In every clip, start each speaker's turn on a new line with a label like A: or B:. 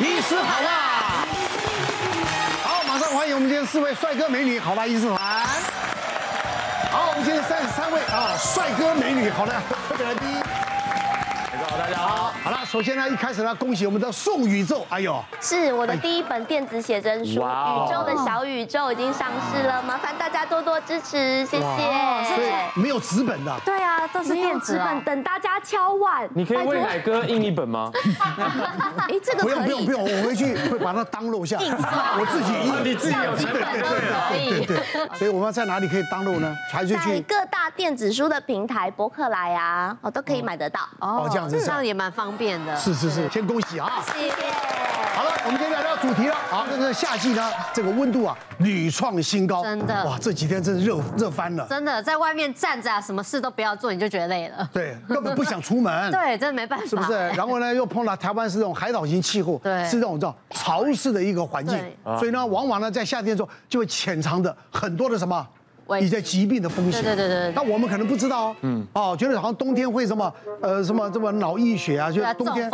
A: 医师好啊！好，马上欢迎我们今天四位帅哥美女好吧医师团。好，我们今天三十三位啊，帅哥美女好了，特别来宾。
B: 大家好，大家好。
A: 好了，首先呢，一开始呢，恭喜我们的宋宇宙，哎哦呦，
C: 是我的第一本电子写真书《宇宙的小宇宙》已经上市了，麻烦大家多多支持，谢谢。
A: 所以没有纸本的。
C: 对啊，都是电子版，等大家敲碗。
B: 你可以为奶哥印一本吗？
C: 哎，这个
A: 不用
C: 可
A: 不用
C: 以
A: 不。用，我回去会把它当录下，我自己印，
B: 自己有
C: 纸本都可以，
A: 所以我们在哪里可以当录呢？还是
C: 在
A: 去
C: 各大电子书的平台，博客来啊，哦都可以买得到。
A: 哦这样子
D: 这样也蛮方便的。
A: 是是是，先恭喜啊！
C: 谢谢。
A: 好了，我们今天聊聊主题了。好，这个夏季呢，这个温度啊屡创新高，
D: 真的
A: 哇，这几天真是热热翻了，
D: 真的，在外面站着啊，什么事都不要做，你就觉得累了。
A: 对，根本不想出门，
D: 对，真的没办法。
A: 嗯是不是？ 然后呢，又碰到台湾是这种海岛型气候，
D: 对
A: 是这种叫潮湿的一个环境
D: 对，
A: 所以呢，往往呢在夏天的时候就会潜藏着很多的什么。
D: 危
A: 你的疾病的风险，
D: 对对对对对
A: 那我们可能不知道哦，嗯，哦，觉得好像冬天会什么，呃，什么什么脑溢血啊，就
D: 啊
A: 冬天
D: 中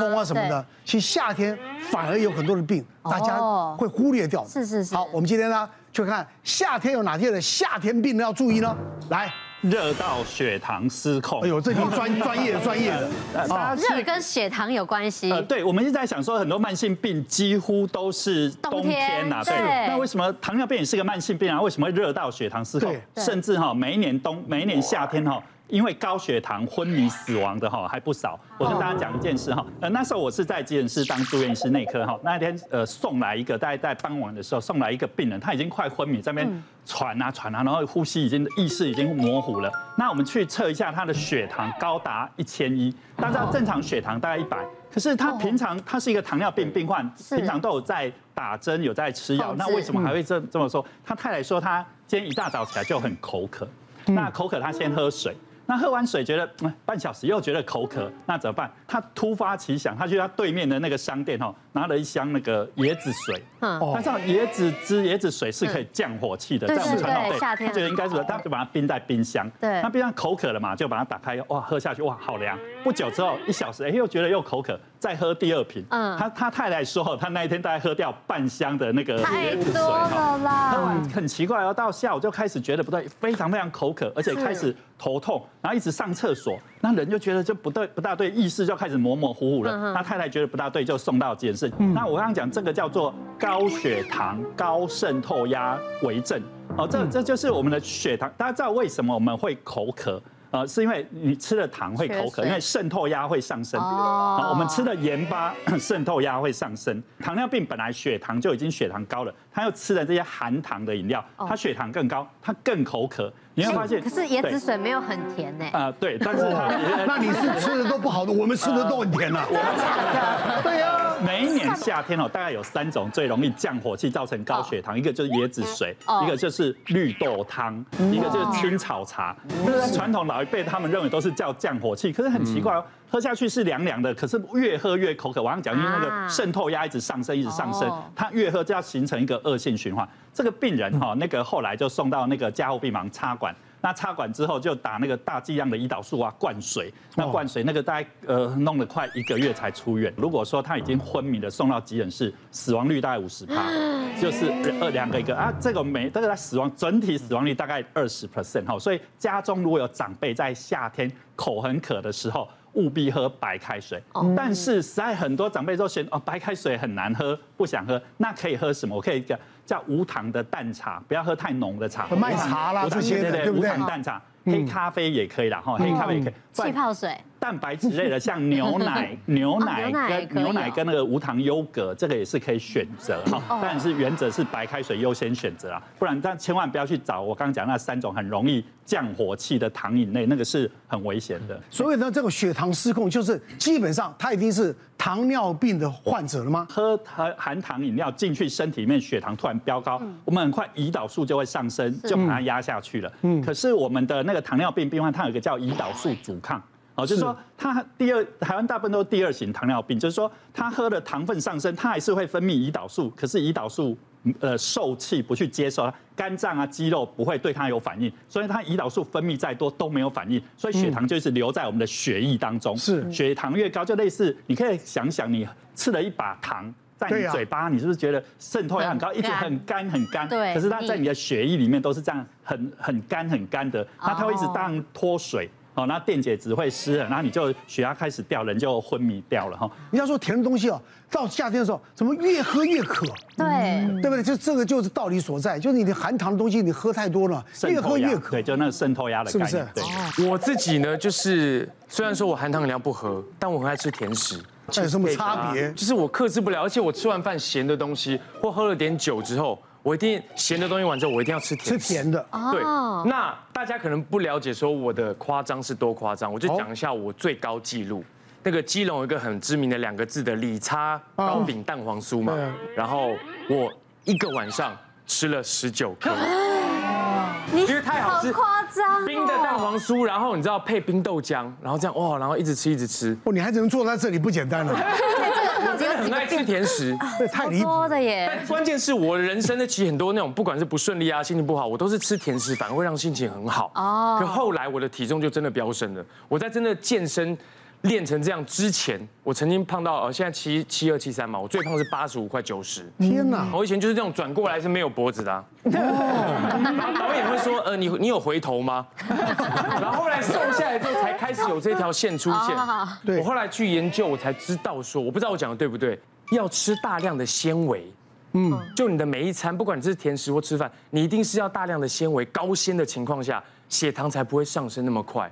D: 风啊
A: 什么的
D: 对，
A: 其实夏天反而有很多的病，大家
D: 哦
A: 会忽略掉。
D: 是是是
A: 好，我们今天呢，就看夏天有哪些的夏天病要注意呢？来，
E: 热到血糖失控。
A: 哎呦，这已经专专业专业的，
E: 啊
D: 哦热跟血糖有关系。
E: 呃，对，我们一直在想说，很多慢性病几乎都是冬天呐、
D: 冬天对
E: 那为什么糖尿病也是个慢性病啊？为什么会热到血糖失控
A: 对？
D: 对
E: 甚至哈、每一年冬，每一年夏天哈、因为高血糖昏迷死亡的哈、还不少。我跟大家讲一件事哈、呃，那时候我是在急诊室当住院医师内科哈、那一天呃送来一个，大概在傍晚的时候送来一个病人，他已经快昏迷，在那边喘啊喘啊，然后呼吸已经意识已经模糊了。那我们去测一下他的血糖高达一千一，大家知道正常血糖大概一百。可是他平常他是一个糖尿病病患，平常都有在打针，有在吃药
D: 控，制
E: 那为什么还会这这么说？他太太说他今天一大早起来就很口渴，那口渴他先喝水。那喝完水觉得、嗯、半小时又觉得口渴，那怎么办？他突发奇想，他去他对面的那个商店哦，拿了一箱那个椰子水。
D: 嗯
E: 他知道椰子汁、椰子水是可以降火气的，
D: 嗯
E: 在我们
D: 对
E: 传
D: 对
E: 统
D: 对夏天
E: 他觉得应该是他就把它冰在冰箱。
D: 对
E: 那冰箱口渴了嘛，就把它打开，哇，喝下去，哇，好凉。不久之后，一小时，哎，又觉得又口渴，再喝第二瓶。
D: 嗯
E: 嗯，他他太太说，他那一天大概喝掉半箱的那个
D: 太
E: 椰子水
D: 多
E: 哈。
D: 了啦。
E: 很奇怪哦，到下午就开始觉得不对，非常非常口渴，而且开始头痛，然后一直上厕所，那人就觉得就不对不大对，意识就开始模模糊
D: 嗯
E: 糊了。那太太觉得不大对，就送到急诊室。那我刚刚讲这个叫做高血糖高渗透压为症哦，
D: 嗯
E: 这这就是我们的血糖。大家知道为什么我们会口渴？呃，是因为你吃了糖会口
D: 缺
E: 渴，
D: 水
E: 因为渗透压会上升。
D: 哦
E: 好我们吃的盐巴 渗透压会上升。糖尿病本来血糖就已经血糖高了，他又吃了这些含糖的饮料，他血糖更高，他更口渴。你会发现，
D: 哦哎可是椰子
E: 对
D: 水没有很甜呢。
E: 啊， 对，但是它
A: 那你是吃的都不啊好的，我们吃的都很甜呐、对呀、啊，
E: 每一年夏天哦，大概有三种最容易降火气、造成高血糖，一个就是椰子水，
D: 哦
E: 一个就是绿豆汤，
D: 嗯
E: 一个就是青草茶。这是传统老一辈他们认为都是叫降火气，可是很奇怪
D: 嗯
E: 哦。喝下去是凉凉的，可是越喝越口渴。我刚刚讲，因为那
D: 啊
E: 个渗透压一直上升，一直上升
D: 哦，
E: 它越喝就要形成一个恶性循环。这个病人哈、那个后来就送到那个加护病房插管，那插管之后就打那个大剂量的胰岛素啊灌水，那灌水那个大概呃弄了快一个月才出院。如果说他已经昏迷了，送到急诊室，死亡率大概五十趴，就是二两个一个啊，这个没这个他死亡整体死亡率大概二十 percent 哈，所以家中如果有长辈在夏天口很渴的时候。务必喝白开水。
D: 哦
E: 但是实在很多长辈都嫌哦，白开水很难喝，不想喝。那可以喝什么？我可以叫叫无糖的淡茶，不要喝太浓的茶，
A: 麦茶啦
E: 无糖
A: 这些的
E: 对对
A: 对不
E: 无
A: 对嗯
E: 糖淡茶。黑咖啡也可以啦，哈，黑咖啡也可以。不
D: 嗯气
E: 然
D: 泡水
E: 蛋白质类的，像 牛奶、牛奶
D: 牛奶可以
E: 跟
D: 哦
E: 牛奶跟那个无糖优格，这个也是可以选择哈。
D: 哦
E: 但是原则是白开水优先选择啊，不然但千万不要去找我刚刚讲那三种很容易降火气的糖饮类，那个是很危险的。
A: 所以呢，这个血糖失控就是基本上他已经是糖尿病的患者了吗？
E: 喝含含糖饮料进去身体里面，血糖突然飙高，我们很快胰岛素就会上升，就把它压下去了。可是我们的那个糖尿病病患，它有一个叫胰岛素阻抗。哦，就是说他第二，台湾大部分都是第二型糖尿病，就是说他喝的糖分上升，他还是会分泌胰岛素，可是胰岛素呃受气，不去接受，肝脏啊肌肉不会对它有反应，所以它胰岛素分泌再多都没有反应，所以血糖就是留在我们的血液当中。
A: 是
E: 血糖越高，就类似你可以想想，你吃了一把糖。在
A: 对
E: 你
A: 啊
E: 嘴巴，你是不是觉得渗透量很高，
D: 很
E: 一直很干很干？
D: 对
A: 啊
E: 可是它在
D: 腻
E: 你的血液里面都是这样，很很干很干的，那它会一直
D: 哦
E: 当脱水。哦，那电解质会失衡，然后你就血压开始掉，人就昏迷掉了哈。
A: 你要说甜的东西哦，到夏天的时候，怎么越喝越渴？
D: 对，
A: 对不对？就这个就是道理所在，就是你的含糖的东西你喝太多了，越喝越渴
E: 对，。就那个渗透压的概念。
A: 是不是
E: 对，
F: 我自己呢，就是虽然说我含糖饮料不喝，但我很爱吃甜食，
A: 这有什么差别？
F: 就是我克制不了，而且我吃完饭咸的东西或喝了点酒之后，我一定咸的东西完之后，我一定要吃
A: 吃
F: 甜食。
A: 甜的，
F: 对，那大家可能不了解说我的夸张是多夸张，我就讲一下我最高纪录。那个基隆有一个很知名的两个字的李叉糕饼蛋黄酥嘛，然后我一个晚上吃了十九颗，
D: 你
F: 因为太好吃
D: 夸张哦
F: 冰的蛋黄酥，然后你知道配冰豆浆，然后这样哇，然后一直吃一直吃，
A: 哦，你还只能坐在这里，不简单了，
F: 我真的很爱吃甜食。
A: 这太
D: 超
A: 离谱。
D: 多的耶，
F: 但关键是我人生的其实很多那种，不管是不顺利啊，心情不好，我都是吃甜食，反而会让心情很好。哦
D: 哦。
F: 可后来我的体重就真的飙升了。我在真的健身练成这样之前，我曾经胖到呃现在七七二七三嘛，我最胖是八十五快九十。
A: 天哪！
F: 我以前就是这种转过来是没有脖子的、啊。导演会说，呃，你你有回头吗？然后后来瘦下来之后才开始有这条线出现
D: 哦。
A: 对
F: 我后来去研究，我才知道说，我不知道我讲的对不对，要吃大量的纤维。嗯，就你的每一餐，不管你是甜食或吃饭，你一定是要大量的纤维、高纤的情况下，血糖才不会上升那么快。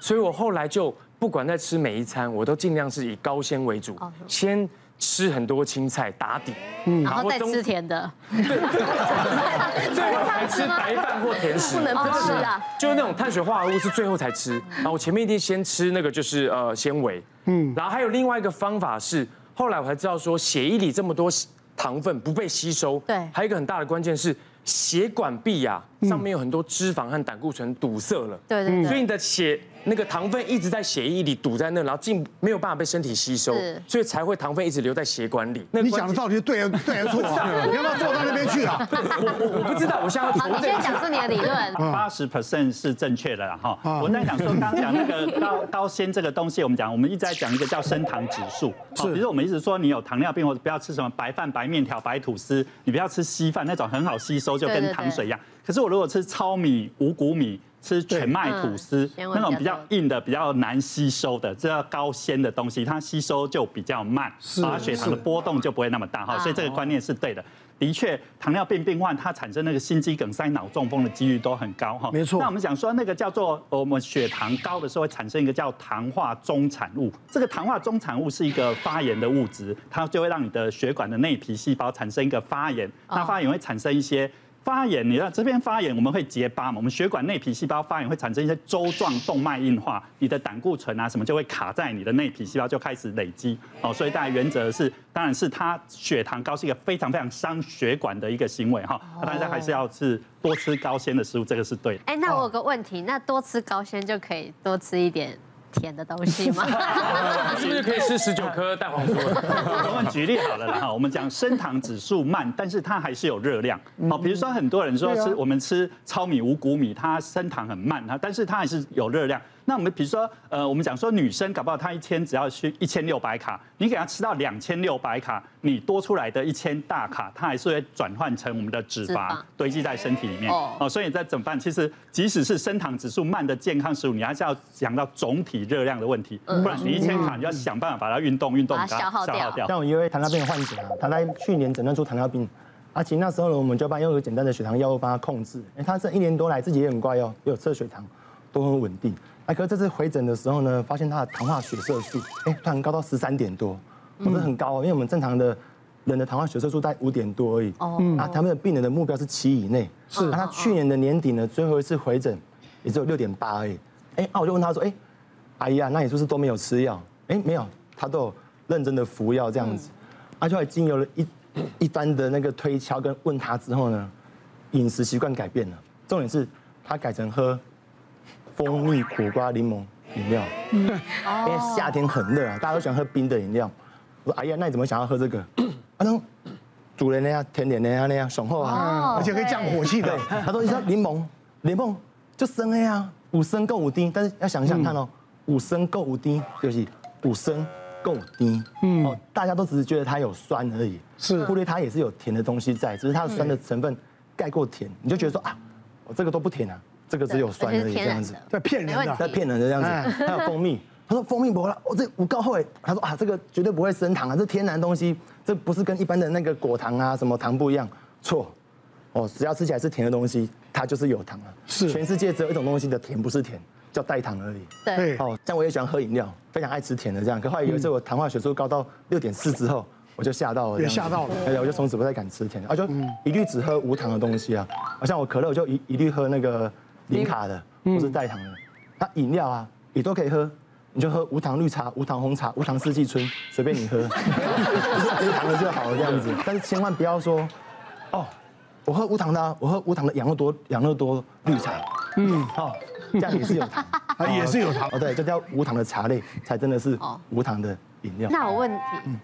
F: 所以我后来就不管在吃每一餐，我都尽量是以高纤为主，先吃很多青菜打底，嗯，
D: 然后再吃甜的，
F: 最后才吃白饭或甜食，
C: 不能不吃啊！
F: 就是那种碳水化合物是最后才吃，然后我前面一定先吃那个就是呃纤维，嗯，然后还有另外一个方法是，后来我才知道说血液里这么多糖分不被吸收，
D: 对
F: 还有一个很大的关键是血管壁呀、
A: 嗯
F: 上面有很多脂肪和胆固醇堵塞了，
D: 对对
F: 所以
D: 对，
F: 你的血那个糖分一直在血液里堵在那，然后进没有办法被身体吸收
D: 是，
F: 所以才会糖分一直留在血管里。那
A: 你
F: 关
A: 讲的
F: 键
A: 到底是对还是对还是 错啊？你要不要坐到那边去 啊？
F: 我我我不知道，我现在要
D: 好，你
F: 求证
D: 先讲出你的理论，
E: 八十 percent 是正确的啦哈。
D: 嗯
A: 啊
E: 我在讲说，刚刚讲那个高高纤这个东西，我们讲，我们一直在讲一个叫升糖指数。好，比如我们一直说你有糖尿病，或者不要吃什么白饭、白面条、白吐司，你不要吃稀饭那种很好吸收，就
D: 对对
E: 跟
D: 对
E: 糖水一样。可是我如果吃糙米、五谷米。吃全麦吐司
C: 嗯，纤维
E: 那种
C: 比
E: 比
C: 较
E: 较
C: 多
E: 硬的、比较难吸收的，这叫高纤的东西，它吸收就比较慢，它血糖的波动就不会那么大哈，所以这个观念是对的。的确，糖尿病病患他产生那个心肌梗塞、脑中风的几率都很高哈。
A: 没错
E: 那我们讲说那个叫做呃我们血糖高的时候会产生一个叫糖化中产物，这个糖化中产物是一个发炎的物质，它就会让你的血管的内皮细胞产生一个发炎，那发炎会产生一些。发炎，你知道这边发炎，我们会结疤嘛？我们血管内皮细胞发炎会产生一些粥状动脉硬化，你的胆固醇啊什么就会卡在你的内皮细胞，就开始累积哦。所以大家原则是，当然是它血糖高是一个非常非常伤血管的一个行为哈。那大家还是要是多吃高纤的食物，这个是对的。
D: 哎，那我有个问题，那多吃高纤就可以多吃一点甜的东西吗？
F: 是不是可以吃十九颗蛋黄酥了？
E: 我们举例好了啦，哈我们讲升糖指数慢，但是它还是有热量。好，比如说很多人说
A: 嗯对啊
E: 吃我们吃糙米、五谷米，它升糖很慢，它但是它还是有热量。那我们比如说，呃，我们讲说女生搞不好她一天只要去一千六百卡，你给她吃到两千六百卡，你多出来的一千大卡，它还是会转换成我们的脂
D: 脂
E: 肪
D: 肪
E: 堆积在身体里面。
D: 哦
E: 哦，所以在怎么办？其实即使是升糖指数慢的健康食物，你还是要讲到总体热量的问题，
D: 嗯
E: 不然你一千卡你就要想办法把它运动运动，
D: 把它消耗掉
G: 像我一位糖尿病的患者啊，他在去年诊断出糖尿病，啊，其实那时候呢，我们就帮他用简单的血糖药物帮他控制。哎，他这一年多来自己也很乖哦，也有测血糖，都很稳定。哎，可是这次回诊的时候呢，发现他的糖化血色素，哎，突然高到十三点多，我这很高哦，因为我们正常的人的糖化血色素在五点多而已。哦，啊，他们的病人的目标是七以内。是，那他去年的年底呢，最后一次回诊也只有六点八而已。哎，啊，我就问他说，哎。阿姨啊，那你是不是都没有吃药？哎，没有，他都有认真的服药这样子。啊，就还经由了一一番的那个推敲跟问他之后呢，饮食习惯改变了，重点是他改成喝蜂蜜苦瓜柠檬饮料，因为啊夏天很热啊，大家都喜欢喝冰的饮料。我说阿姨啊，那你怎么想要喝这个？他说煮的那样，甜点的那样那样，爽后啊。
A: 而且可以降火气的
G: 对。，他说你说柠檬，柠檬就生的呀，五升够五滴，但是要想一想看哦，
D: 嗯
G: 五升够五滴就是五升够五滴，嗯，哦，大家都只是觉得它有酸而已，
A: 是
G: 忽略它也是有甜的东西在，只是它的酸的成分盖过甜，你就觉得说啊，我这个都不甜啊，这个只有 酸
D: 而且
G: 而
D: 是
G: 已这
D: 天然
G: 样子
D: 的，。
A: 在骗人
D: 没问
A: 的
D: 题。
G: 在骗人的这样子。还有蜂蜜，他说蜂蜜不了，我这五告后，他说啊，这个绝对不会升糖啊，这天然东西，这不是跟一般的那个果糖啊什么糖不一样。错，哦，只要吃起来是甜的东西，它就是有糖啊。
A: 是
G: 全世界只有一种东西的甜不是甜，叫代糖而已。
D: 对，
A: 对，
G: 哦，像我也喜欢喝饮料，非常爱吃甜的这样。可后来有一次我糖化血素高到六点四之后，我就吓到了，
A: 也吓到了嗯
G: 哎呀，我就从此不再敢吃甜的，我啊就一律只喝无糖的东西啊。好像我可乐，我就一一律喝那个零卡的，
A: 嗯
G: 不是代糖的。那饮料啊，也都可以喝，你就喝无糖绿茶、无糖红茶、无糖四季春，随 便你喝，就是无糖的就好了这样子。但是千万不要说，哦，我喝无糖的、啊，我喝无糖的养乐多养乐多绿茶，嗯，哦，这样也是有糖。
A: 啊也是有糖。
G: 哦，对，就叫无糖的茶类才真的是
D: 哦
G: 无糖的饮料。
D: 那我问题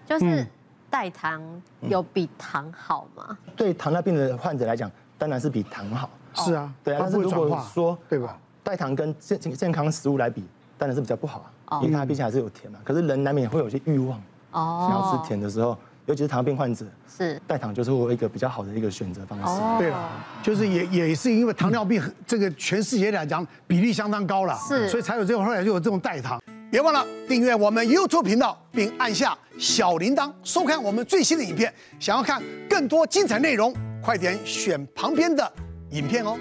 D: 就是代糖有比糖好吗？
G: 对糖尿病的患者来讲，当然是比糖好。
A: 是
D: 哦
A: 啊，
G: 对啊，
A: 它
G: 但是
A: 不会
G: 如
A: 转
G: 果
A: 化，
G: 说
A: 对吧？
G: 代糖跟健健健康食物来比，当然是比较不好啊，因为它毕竟还是有甜嘛。可是人难免会有一些欲望，
D: 哦
G: 想要吃甜的时候，尤其是糖尿病患者，
D: 是哦
G: 代糖就是我一个比较好的一个选择方式。
A: 对了，就是也也是因为糖尿病很这个全世界来讲比例相当高了，
D: 是
A: 所以才有这种后来就有这种代糖。别忘了订阅我们 YouTube 频道，并按下小铃铛收看我们最新的影片。想要看更多精彩内容，快点选旁边的影片哦。